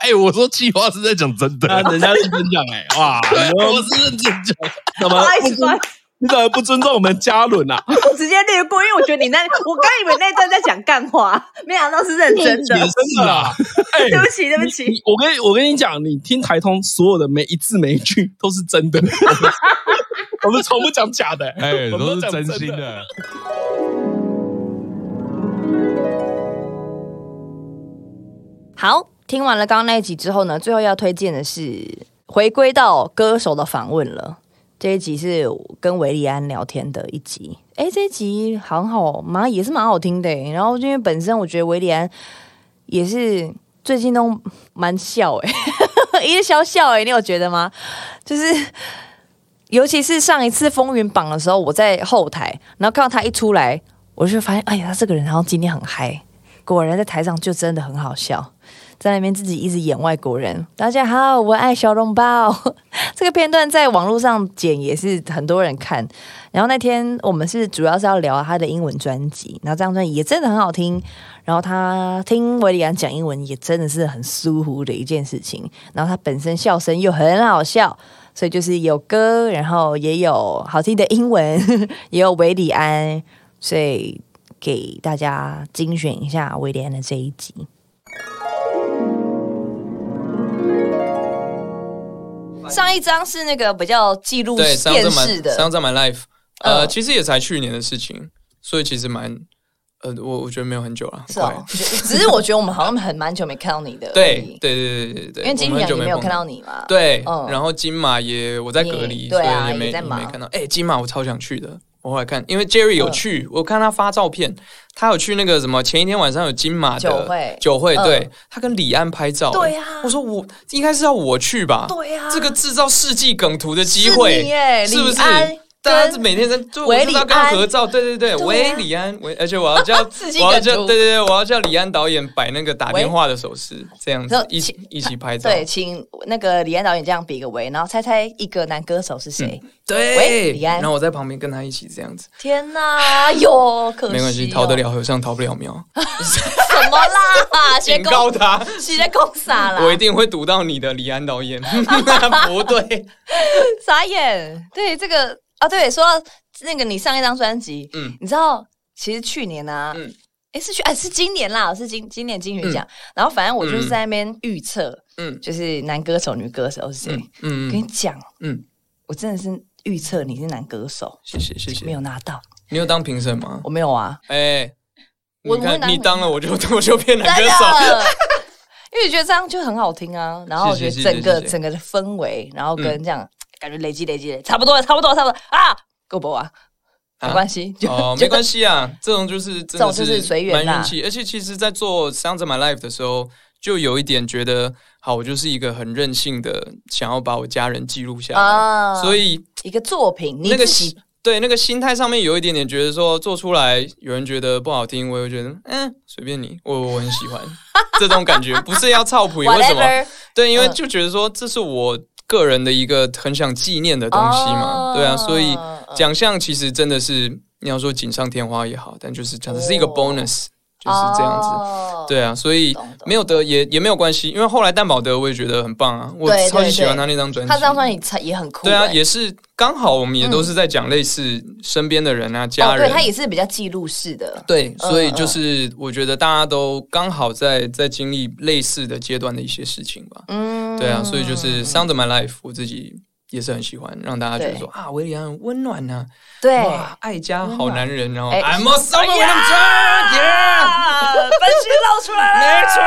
[SPEAKER 5] 哎，我说计划是在讲真的，
[SPEAKER 4] 啊，人家是真讲哎，哇，
[SPEAKER 5] 我是认真讲。
[SPEAKER 4] 怎
[SPEAKER 3] 不
[SPEAKER 4] 么
[SPEAKER 3] 好意
[SPEAKER 4] 不
[SPEAKER 3] 思，不好意
[SPEAKER 4] 尊
[SPEAKER 3] 思，
[SPEAKER 4] 你怎么不尊重我们嘉 伦啊？
[SPEAKER 3] 我直接略过，因为我觉得你那，我刚以为那段在讲干话，没想到是认真的
[SPEAKER 4] 也。是啊，哎
[SPEAKER 3] 对。不起，对不
[SPEAKER 4] 你
[SPEAKER 3] 起，
[SPEAKER 4] 你我跟我跟你讲，你听台通所有的每一字每一句都是真的，我们从不讲假的、
[SPEAKER 5] 哎，
[SPEAKER 4] 我们
[SPEAKER 5] 都是
[SPEAKER 4] 讲
[SPEAKER 5] 真心
[SPEAKER 4] 的。啊
[SPEAKER 5] 的。
[SPEAKER 1] 好，听完了刚刚那一集之后呢，最后要推荐的是回归到歌手的访问了。这一集是跟维利安聊天的一集，哎，这一集好好，蛮也是蛮好听的诶。然后因为本身我觉得维利安也是最近都蛮笑哎， 一直笑笑哎，你有觉得吗？就是尤其是上一次风云榜的时候，我在后台，然后看到他一出来，我就发现，哎呀，他这个人好像今天很嗨，果然在台上就真的很好笑。在那边自己一直演外国人。大家好，我爱小笼包。 这个片段在网络上剪也是很多人看。然后那天我们是主要是要聊他的英文专辑，然后这张专辑也真的很好听。然后他听维里安讲英文也真的是很舒服的一件事情。然后他本身笑声又很好笑。所以就是有歌，然后也有好听的英文， 也有维里安，所以给大家精选一下维里安的这一集。上一张是那个比较记录
[SPEAKER 6] 对，
[SPEAKER 1] 电
[SPEAKER 6] Sounds of
[SPEAKER 1] 视
[SPEAKER 6] My
[SPEAKER 1] 的，
[SPEAKER 6] Sounds of My Life，呃，
[SPEAKER 1] 嗯
[SPEAKER 6] 其实也才去年的事情，所以其实蛮呃，我我觉得没有很久了，
[SPEAKER 1] 是
[SPEAKER 6] 快
[SPEAKER 1] 哦。只是我觉得我们好像很蛮久没看到你的，
[SPEAKER 6] 对对对对对对，
[SPEAKER 1] 因为金
[SPEAKER 6] 我们
[SPEAKER 1] 远
[SPEAKER 6] 很久
[SPEAKER 1] 也没有
[SPEAKER 6] 碰
[SPEAKER 1] 看到你嘛，，
[SPEAKER 6] 对，
[SPEAKER 1] 嗯
[SPEAKER 6] 然后金马也我在
[SPEAKER 1] 你
[SPEAKER 6] 隔离，
[SPEAKER 1] 对啊
[SPEAKER 6] 所以也没
[SPEAKER 1] 也在
[SPEAKER 6] 也
[SPEAKER 1] 忙
[SPEAKER 6] 没看到。哎，金马我超想去的，我后来看，因为 Jerry 有
[SPEAKER 1] 嗯
[SPEAKER 6] 去，我看他发照片，他有去那个什么，前一天晚上有金马的
[SPEAKER 1] 酒会
[SPEAKER 6] 酒会，
[SPEAKER 1] 嗯
[SPEAKER 6] 对他跟李安拍照，
[SPEAKER 1] 对啊
[SPEAKER 6] 哎我说我应该是要我去吧，
[SPEAKER 1] 对啊
[SPEAKER 6] 这个制造世纪梗图的机会
[SPEAKER 1] 是你耶，
[SPEAKER 6] 是不
[SPEAKER 1] 李
[SPEAKER 6] 是？
[SPEAKER 1] 安
[SPEAKER 6] 大家每天在就我
[SPEAKER 1] 韦
[SPEAKER 6] 就是
[SPEAKER 1] 礼
[SPEAKER 6] 要跟
[SPEAKER 1] 安
[SPEAKER 6] 他合照，对对
[SPEAKER 1] 对
[SPEAKER 6] 对，
[SPEAKER 1] 啊
[SPEAKER 6] 喂李安，喂，而且我 要叫
[SPEAKER 1] 自己
[SPEAKER 6] 我要
[SPEAKER 1] 梗
[SPEAKER 6] 叫
[SPEAKER 1] 图
[SPEAKER 6] 对对对，我要叫李安导演摆那个打电话的手势，这样
[SPEAKER 1] 然后
[SPEAKER 6] 子一起
[SPEAKER 1] 请
[SPEAKER 6] 一起拍照，
[SPEAKER 1] 对，请那个李安导演这样比个围，然后猜猜一个男歌手是谁？喂
[SPEAKER 6] 嗯对，
[SPEAKER 1] 李安
[SPEAKER 6] 然后我在旁边跟他一起这样子，
[SPEAKER 1] 天哪，哟，可惜、哦
[SPEAKER 6] 没关系，逃得，了和尚逃不了庙，
[SPEAKER 1] 什么 啦？
[SPEAKER 6] 警
[SPEAKER 1] 学
[SPEAKER 6] 告
[SPEAKER 1] 公，
[SPEAKER 6] 他，
[SPEAKER 1] 学公傻
[SPEAKER 6] 我一
[SPEAKER 1] 啦，
[SPEAKER 6] 定会堵到你的，李安 导演，不对，
[SPEAKER 1] 傻眼。对这个啊，对，说到那个你上一张专辑，嗯
[SPEAKER 6] 嗯，
[SPEAKER 1] 你知道其实去年啊，嗯
[SPEAKER 6] 嗯，
[SPEAKER 1] 哎是去哎是今年啦，是今今年金曲奖，然后反正我就是在那边预测，嗯
[SPEAKER 6] 嗯，
[SPEAKER 1] 就是男歌手、女歌手是谁。
[SPEAKER 6] 嗯
[SPEAKER 1] 跟你
[SPEAKER 6] 嗯
[SPEAKER 1] 讲，
[SPEAKER 6] 嗯，
[SPEAKER 1] 我真的是预测你是男歌手，
[SPEAKER 6] 谢谢谢谢
[SPEAKER 1] 没，有拿到，
[SPEAKER 6] 你有当评审吗？
[SPEAKER 1] 我没有啊，
[SPEAKER 6] 哎，
[SPEAKER 1] 我
[SPEAKER 6] 你
[SPEAKER 1] 我会拿
[SPEAKER 6] 看你当了，我就 我就变男歌手，
[SPEAKER 1] 的。因为觉得这样就很好听啊，然后我觉得
[SPEAKER 6] 是是
[SPEAKER 1] 整个
[SPEAKER 6] 是是嗯是
[SPEAKER 1] 整个的氛围，然后跟这样感觉累积累积，累积差不多了，差不多了，差不多了啊，够不够啊？
[SPEAKER 6] 啊
[SPEAKER 1] 没关系，就
[SPEAKER 6] 哦，
[SPEAKER 1] 就
[SPEAKER 6] 没关系啊，这种就是
[SPEAKER 1] 这
[SPEAKER 6] 真
[SPEAKER 1] 种
[SPEAKER 6] 的
[SPEAKER 1] 就是随缘啦
[SPEAKER 6] 蛮运气。而且其实，在做《Sounds of My Life》的时候，就有一点觉得，好，我就是一个很任性的，想要把我家人记录下来，
[SPEAKER 1] 啊
[SPEAKER 6] 所以
[SPEAKER 1] 一个作品，你
[SPEAKER 6] 那个
[SPEAKER 1] 自己
[SPEAKER 6] 心对那个心态上面有一点点觉得说，做出来有人觉得不好听，我也会觉得嗯，随便你，我我很喜 欢这种感觉，不是要操谱，为什么？
[SPEAKER 1] whatever
[SPEAKER 6] 对，因为
[SPEAKER 1] 嗯
[SPEAKER 6] 就觉得说这是我个人的一个很想纪念的东西嘛，
[SPEAKER 1] 哦
[SPEAKER 6] 对啊，所以
[SPEAKER 1] 嗯嗯
[SPEAKER 6] 奖项其实真的是你要说锦上添花也好，但就是它只是一个
[SPEAKER 1] 哦
[SPEAKER 6] bonus，、就是这样子。
[SPEAKER 1] 子，
[SPEAKER 6] 对啊，所以
[SPEAKER 1] 懂懂
[SPEAKER 6] 没有得也也没有关系，因为后来蛋宝得我也觉得很棒啊，我
[SPEAKER 1] 对
[SPEAKER 6] 超
[SPEAKER 1] 对
[SPEAKER 6] 级喜欢
[SPEAKER 1] 对
[SPEAKER 6] 他那张专辑。
[SPEAKER 1] 他这张专辑才也很酷欸，
[SPEAKER 6] 对啊，也是刚好我们也都是在讲类似身边的人啊、家
[SPEAKER 1] 哦，对
[SPEAKER 6] 人。
[SPEAKER 1] 他也是比较记录式的，
[SPEAKER 6] 对，所以
[SPEAKER 1] 嗯
[SPEAKER 6] 就是我觉得大家都刚好在在经历类似的阶段的一些事情吧。
[SPEAKER 1] 嗯
[SPEAKER 6] 对啊，所以就是《Sound of My Life》，我自己也是很喜欢，让大家觉得说啊，维里安很温暖呐、
[SPEAKER 1] 对，
[SPEAKER 6] 哇，爱家好男人，然后
[SPEAKER 1] 哎
[SPEAKER 6] I'm a summer when I'm
[SPEAKER 1] Oh,
[SPEAKER 6] drunk,
[SPEAKER 1] 啊，本性露出来了，没错，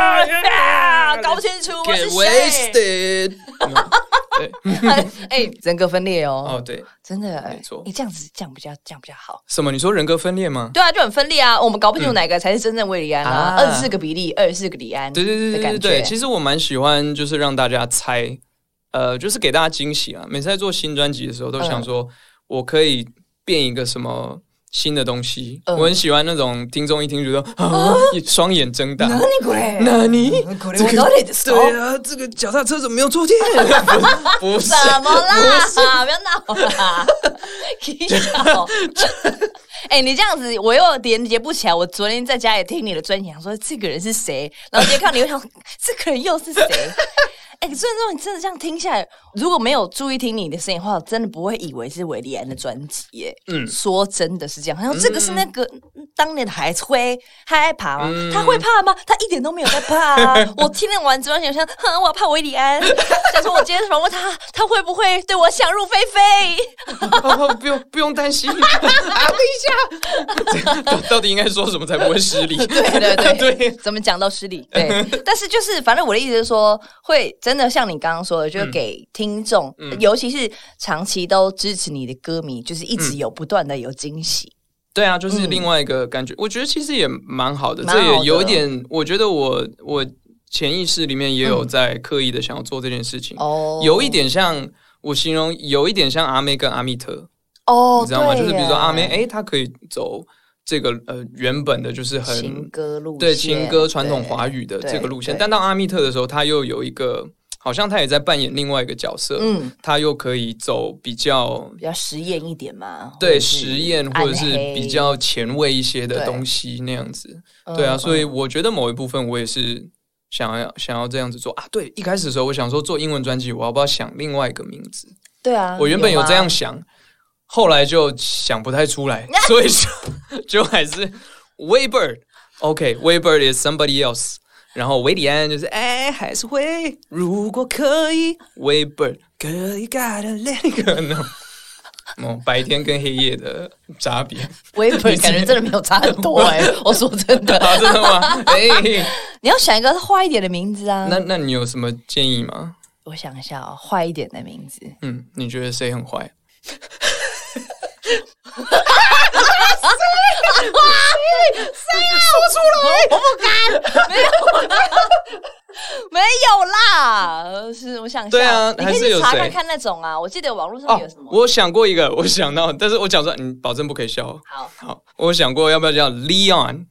[SPEAKER 1] 啊搞不清楚我
[SPEAKER 6] yeah,
[SPEAKER 1] 是
[SPEAKER 6] get
[SPEAKER 1] 谁。
[SPEAKER 6] wasted 嗯。对，
[SPEAKER 1] 哎，人格分裂
[SPEAKER 6] 哦
[SPEAKER 1] 哦，
[SPEAKER 6] 对，
[SPEAKER 1] 真的，哎
[SPEAKER 6] 没错
[SPEAKER 1] 你这样子这样比较这样比较好。
[SPEAKER 6] 什么？你说人格分裂吗？
[SPEAKER 1] 对啊，就很分裂啊，我们搞不清楚哪个才是真正为李安啊，
[SPEAKER 6] 嗯啊
[SPEAKER 1] 二十四个比利，二十四个李安，
[SPEAKER 6] 对对对对对对，其
[SPEAKER 1] 实
[SPEAKER 6] 实我蛮喜欢，就是让大家猜，呃，就是给大家惊喜啊。每次在做新专辑的时候，都
[SPEAKER 1] 嗯
[SPEAKER 6] 想说、我可以变一个什么新的东西。
[SPEAKER 1] 嗯
[SPEAKER 6] 我很喜欢那种听众一听觉得 啊，双眼睁大。
[SPEAKER 1] 你过来，
[SPEAKER 6] 那你
[SPEAKER 1] これは誰ですか
[SPEAKER 6] 对啊，这个脚踏车怎么没有坐垫？ 不不是，
[SPEAKER 1] 怎么啦？不要闹 啦！笑哎、你这样子我又连接不起来。我昨天在家里听你的专辑，想说这个人是谁，然后直接看你，又想 这个人又是谁？哎、所以如果你真的这样听下来，如果没有注意听你的声音的话，我真的不会以为是韦礼安的专辑耶。嗯，
[SPEAKER 6] 嗯
[SPEAKER 1] 说真的是这样，然后这个是那个、当年的海吹，他害怕吗？
[SPEAKER 6] 嗯
[SPEAKER 1] 他会怕吗？他一点都没有在怕啊！我听了完之后，想想，哼，我怕韦礼安，想说我今天访问他，他会不会对我想入非非？
[SPEAKER 6] 哦不用不用担心 啊！等一下， 到到底应该说什么才不会失礼？
[SPEAKER 1] 对对
[SPEAKER 6] 对啊
[SPEAKER 1] 怎么讲到失礼？对，但是就是反正我的意思是说，会真的像你刚刚说的，
[SPEAKER 6] 嗯
[SPEAKER 1] 就是给听众，尤其是长期都支持你的歌迷，就是一
[SPEAKER 6] 嗯
[SPEAKER 1] 直有不断的有惊喜。
[SPEAKER 6] 对啊，就是另外一个感觉。我觉得其实也蛮好的，
[SPEAKER 1] 嗯蛮好的
[SPEAKER 6] 这也有一点，我觉得我我潜意识里面也有在刻意的想要做这件事情，
[SPEAKER 1] 嗯哦
[SPEAKER 6] 有一点像我形容，有一点像阿妹跟阿密特，
[SPEAKER 1] 哦，
[SPEAKER 6] 你知道吗？
[SPEAKER 1] 对
[SPEAKER 6] 就是比如说
[SPEAKER 1] 耶
[SPEAKER 6] 阿妹，哎，她可以走这个呃原本的就是
[SPEAKER 1] 情
[SPEAKER 6] 很
[SPEAKER 1] 歌路线，
[SPEAKER 6] 对情歌传统华
[SPEAKER 1] 语，
[SPEAKER 6] 语的
[SPEAKER 1] 对
[SPEAKER 6] 这个路线
[SPEAKER 1] 对，
[SPEAKER 6] 但到阿密特的时候，她又有一个好像她也在扮演另外一个角色，
[SPEAKER 1] 嗯，
[SPEAKER 6] 她又可以走比较
[SPEAKER 1] 比较实验一点嘛，或
[SPEAKER 6] 对
[SPEAKER 1] 者是
[SPEAKER 6] 实验或者是
[SPEAKER 1] 暗黑
[SPEAKER 6] 比较前卫一些
[SPEAKER 1] 对
[SPEAKER 6] 的东西那样子，
[SPEAKER 1] 嗯
[SPEAKER 6] 对啊，
[SPEAKER 1] 嗯
[SPEAKER 6] 所以我觉得某一部分我也是想要想要这样子做啊。对，一开始的时候我想说做英文专辑，我要不要想另外一个名字？
[SPEAKER 1] 对啊，
[SPEAKER 6] 我原本有
[SPEAKER 1] 吗
[SPEAKER 6] 这样想，后来就想不太出来，所以就就还是 Waybird。OK，Waybird、is somebody else。然后维里安就是哎，还是会，如果可以，Waybird 可以 gotta let it go no。哦，白天跟黑夜的差别，
[SPEAKER 1] 我 原本感觉真的没有差很多哎、我说真的，
[SPEAKER 6] 啊，真的吗？哎、
[SPEAKER 1] 你要想一个坏一点的名字啊。
[SPEAKER 6] 那那你有什么建议吗？
[SPEAKER 1] 我想一下哦，坏一点的名 字，
[SPEAKER 6] 嗯，你觉得谁很坏？
[SPEAKER 1] 没有，没有啦，呃是我想一下
[SPEAKER 6] 对啊
[SPEAKER 1] 你可
[SPEAKER 6] 还
[SPEAKER 1] 以
[SPEAKER 6] 是
[SPEAKER 1] 去
[SPEAKER 6] 有
[SPEAKER 1] 查
[SPEAKER 6] 谁
[SPEAKER 1] 看看那种啊，我记得网络上
[SPEAKER 6] 哦
[SPEAKER 1] 有什么，
[SPEAKER 6] 我想过一个， 我想到，但是我讲说，你保证不可以笑哦。
[SPEAKER 1] 好
[SPEAKER 6] 好，我想过要不要叫 Leon，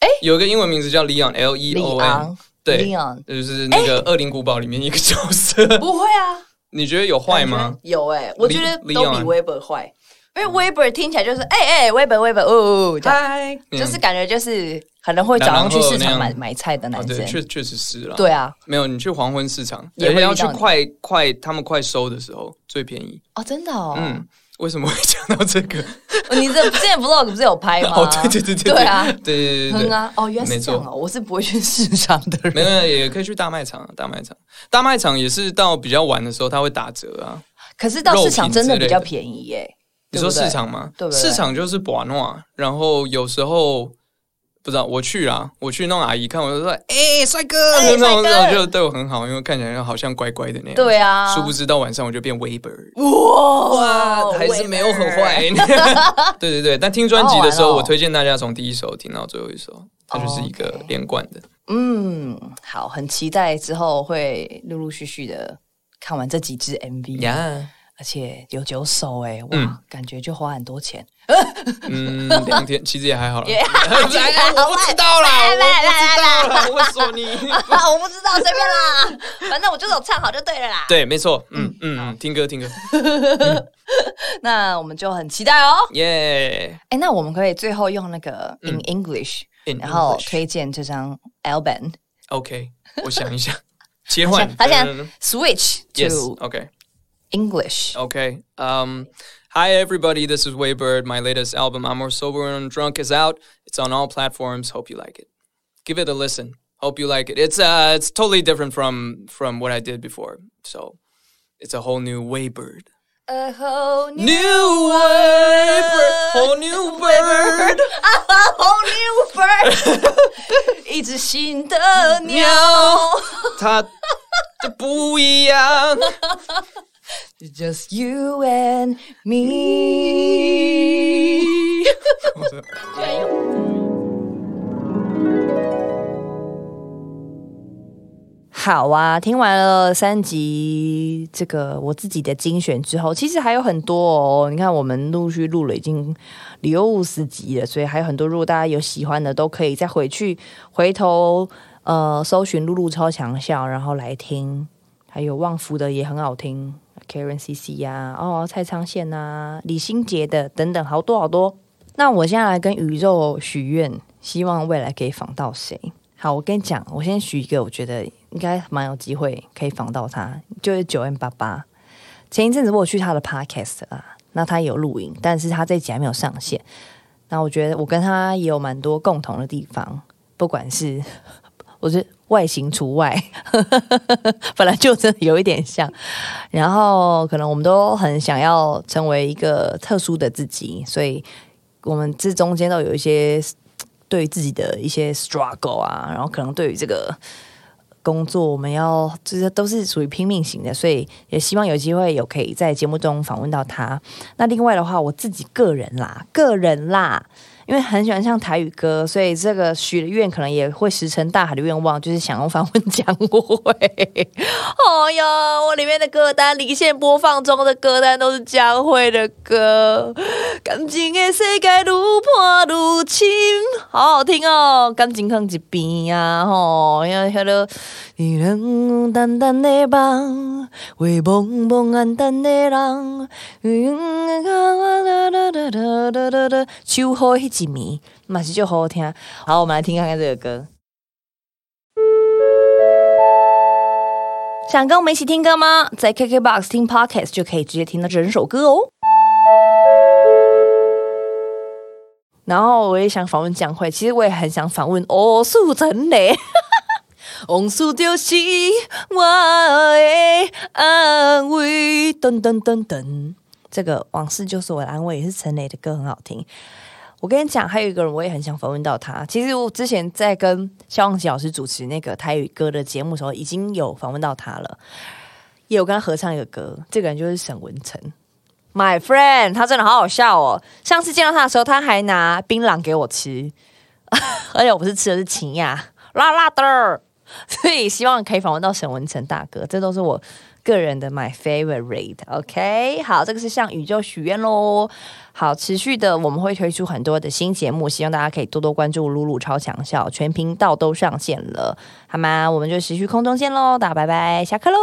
[SPEAKER 1] 哎
[SPEAKER 6] 有一个英文名字叫 Leon，L E
[SPEAKER 1] 李
[SPEAKER 6] O
[SPEAKER 1] 昂
[SPEAKER 6] N，对
[SPEAKER 1] Leon
[SPEAKER 6] 就是那个《恶灵古堡》里面一个角 色。
[SPEAKER 3] 不会啊，
[SPEAKER 6] 你觉得有 坏吗？
[SPEAKER 1] 有哎、我觉得都比
[SPEAKER 6] Leon
[SPEAKER 1] Weber 坏，因为 Weber 听起来就是哎哎、Weber Weber 哦，哦这样
[SPEAKER 6] 嗨，嗯
[SPEAKER 1] 就是感觉就是可能会早上去市
[SPEAKER 6] 然
[SPEAKER 1] 场
[SPEAKER 6] 后那
[SPEAKER 1] 买
[SPEAKER 6] 样
[SPEAKER 1] 买菜的
[SPEAKER 6] 哦，
[SPEAKER 1] 男生
[SPEAKER 6] 对，，确确实是了。，
[SPEAKER 1] 对啊，
[SPEAKER 6] 没有你去黄昏市场，
[SPEAKER 1] 也
[SPEAKER 6] 而
[SPEAKER 1] 会
[SPEAKER 6] 且要
[SPEAKER 1] 遇
[SPEAKER 6] 去
[SPEAKER 1] 到你
[SPEAKER 6] 快快他们快收的时候最便宜。
[SPEAKER 1] 哦真的哦，
[SPEAKER 6] 嗯，为什么会讲到这个？
[SPEAKER 1] 你这之前 vlog 不是有拍吗？
[SPEAKER 6] 哦，对对对对
[SPEAKER 1] 啊对啊
[SPEAKER 6] 对，对对对
[SPEAKER 1] 嗯啊，哦原来是
[SPEAKER 6] 没
[SPEAKER 1] 这
[SPEAKER 6] 错
[SPEAKER 1] 样哦，我是不会去市场的人，
[SPEAKER 6] 没有，没有也可以去大卖场啊，大卖场，大卖场也是到比较晚的时候，它会打折啊。
[SPEAKER 1] 可是到市场真的比较便宜耶、
[SPEAKER 6] 你说
[SPEAKER 1] 对不对
[SPEAKER 6] 市场吗？
[SPEAKER 1] 对不对
[SPEAKER 6] 市场就是博诺，然后有时候不知道我去啊，我去弄阿姨看，我就说：“哎、帅哥！”
[SPEAKER 1] 哎
[SPEAKER 6] 那
[SPEAKER 1] 帅
[SPEAKER 6] 种
[SPEAKER 1] 哥
[SPEAKER 6] 然后就对我很好，因为看起来好像乖乖的那样。
[SPEAKER 1] 对啊，
[SPEAKER 6] 殊不知到晚上我就变 Weber，
[SPEAKER 1] 哇
[SPEAKER 6] 哇，还是没有很。
[SPEAKER 1] Weber
[SPEAKER 6] 坏。对对对，但听专辑的时
[SPEAKER 1] 好好玩
[SPEAKER 6] 候，
[SPEAKER 1] 哦
[SPEAKER 6] 我推荐大家从第一首听到最后一首，它就是一
[SPEAKER 1] 哦
[SPEAKER 6] 个
[SPEAKER 1] ，OK
[SPEAKER 6] 连贯的。
[SPEAKER 1] 嗯，好，很期待之后会陆陆续续的看完这几支 MV，、
[SPEAKER 6] 呀，
[SPEAKER 1] 而且有九首哎、哇、
[SPEAKER 6] 嗯
[SPEAKER 1] 感觉就花很多钱。
[SPEAKER 6] 嗯，两天其实也还好啦。
[SPEAKER 1] 也
[SPEAKER 6] 哎哎我不知道啦，
[SPEAKER 1] 来
[SPEAKER 6] 我
[SPEAKER 1] 来来
[SPEAKER 6] 不知道啦，我说你。
[SPEAKER 1] 啊，我不知道，随便啦，反正我就是有唱好就对了啦。
[SPEAKER 6] 对，没错，嗯嗯，听歌听歌，
[SPEAKER 1] 那我们就很期待哦。
[SPEAKER 6] 耶！
[SPEAKER 1] 哎，那我们可以最后用那个 In English，、
[SPEAKER 6] In
[SPEAKER 1] 然后
[SPEAKER 6] English
[SPEAKER 1] 推荐这张 album。
[SPEAKER 6] OK，我想一想，切换，
[SPEAKER 1] 他现在
[SPEAKER 6] 嗯
[SPEAKER 1] switch to
[SPEAKER 6] ，Yes，OK。
[SPEAKER 1] English。
[SPEAKER 6] Okay. Um, hi, everybody. This is Waybird. My latest album, I'm More Sober and Drunk, is out. It's on all platforms. Hope you like it. Give it a listen. Hope you like it. It's uh, it's totally different from from what I did before. So it's a whole new Waybird.
[SPEAKER 1] A whole new,
[SPEAKER 6] New Waybird. Whole new bird.
[SPEAKER 1] a whole new bird，一 只新 的鸟。
[SPEAKER 6] 它这不一样。
[SPEAKER 1] Just you and me。好啊，听完了三集这个我自己的精选之后，其实还有很多哦。你看，我们陆续录了已经六十集了，所以还有很多。如果大家有喜欢的，都可以再回去回头呃搜寻“露露超强笑”，然后来听。还有旺福的也很好听，Karen CC 呀、哦蔡昌宪呐、李心洁的等等，好多好多。那我现在来跟宇宙许愿，希望未来可以访到谁？好，我跟你讲，我先许一个，我觉得应该蛮有机会可以访到他，就是九 N 八八。前一阵子我有去他的 podcast 啊，那他有录影，但是他这集还没有上线。那我觉得我跟他也有蛮多共同的地方，不管是我觉得外形除外，本来就真的有一点像。然后可能我们都很想要成为一个特殊的自己，所以我们这中间都有一些对于自己的一些 struggle 啊，然后可能对于这个工作，我们要这些都是属于拼命型的，所以也希望有机会有可以在节目中访问到他。那另外的话，我自己个人啦，个人啦。因为很喜欢唱台语歌，所以这个许的愿可能也会石沉大海的愿望，就是想用访问讲我会。哦哟，我里面的歌单离线播放中的歌单都是江蕙的歌，感情的世界愈破愈深，好好听哦。感情放一边啊，吼，要迄落你冷淡淡的梦，话茫茫暗淡的人，嗯啊哒哒哒哒哒哒，秋雨迄一暝嘛是就好好听。好，我们来听看看这个歌。想跟我们一起听歌吗？在 KKBOX 听 Podcast 就可以直接听到整首歌哦。然后我也想访问蒋慧，其实我也很想访问欧素陈雷。往事就是我的安慰，噔噔噔噔。这个往事就是我的安慰，也是陈雷的歌，很好听。我跟你讲，还有一个人我也很想访问到他。其实我之前在跟肖望琪老师主持那个台语歌的节目的时候，已经有访问到他了，也有跟他合唱一个歌。这个人就是沈文成，My friend，他真的好好笑哦。上次见到他的时候，他还 拿槟榔给我吃，而且我不是吃的是秦亚，辣辣的。 所以希望可以访问到沈文成大哥，这都是我个人的 my favorite。OK，好，这个是向宇宙许愿喽。好，持续的我们会推出很多的新节目，希望大家可以多多关注露露超强笑，全频道都上线了，好吗？我们就持续空中见喽，大家拜拜，下课喽。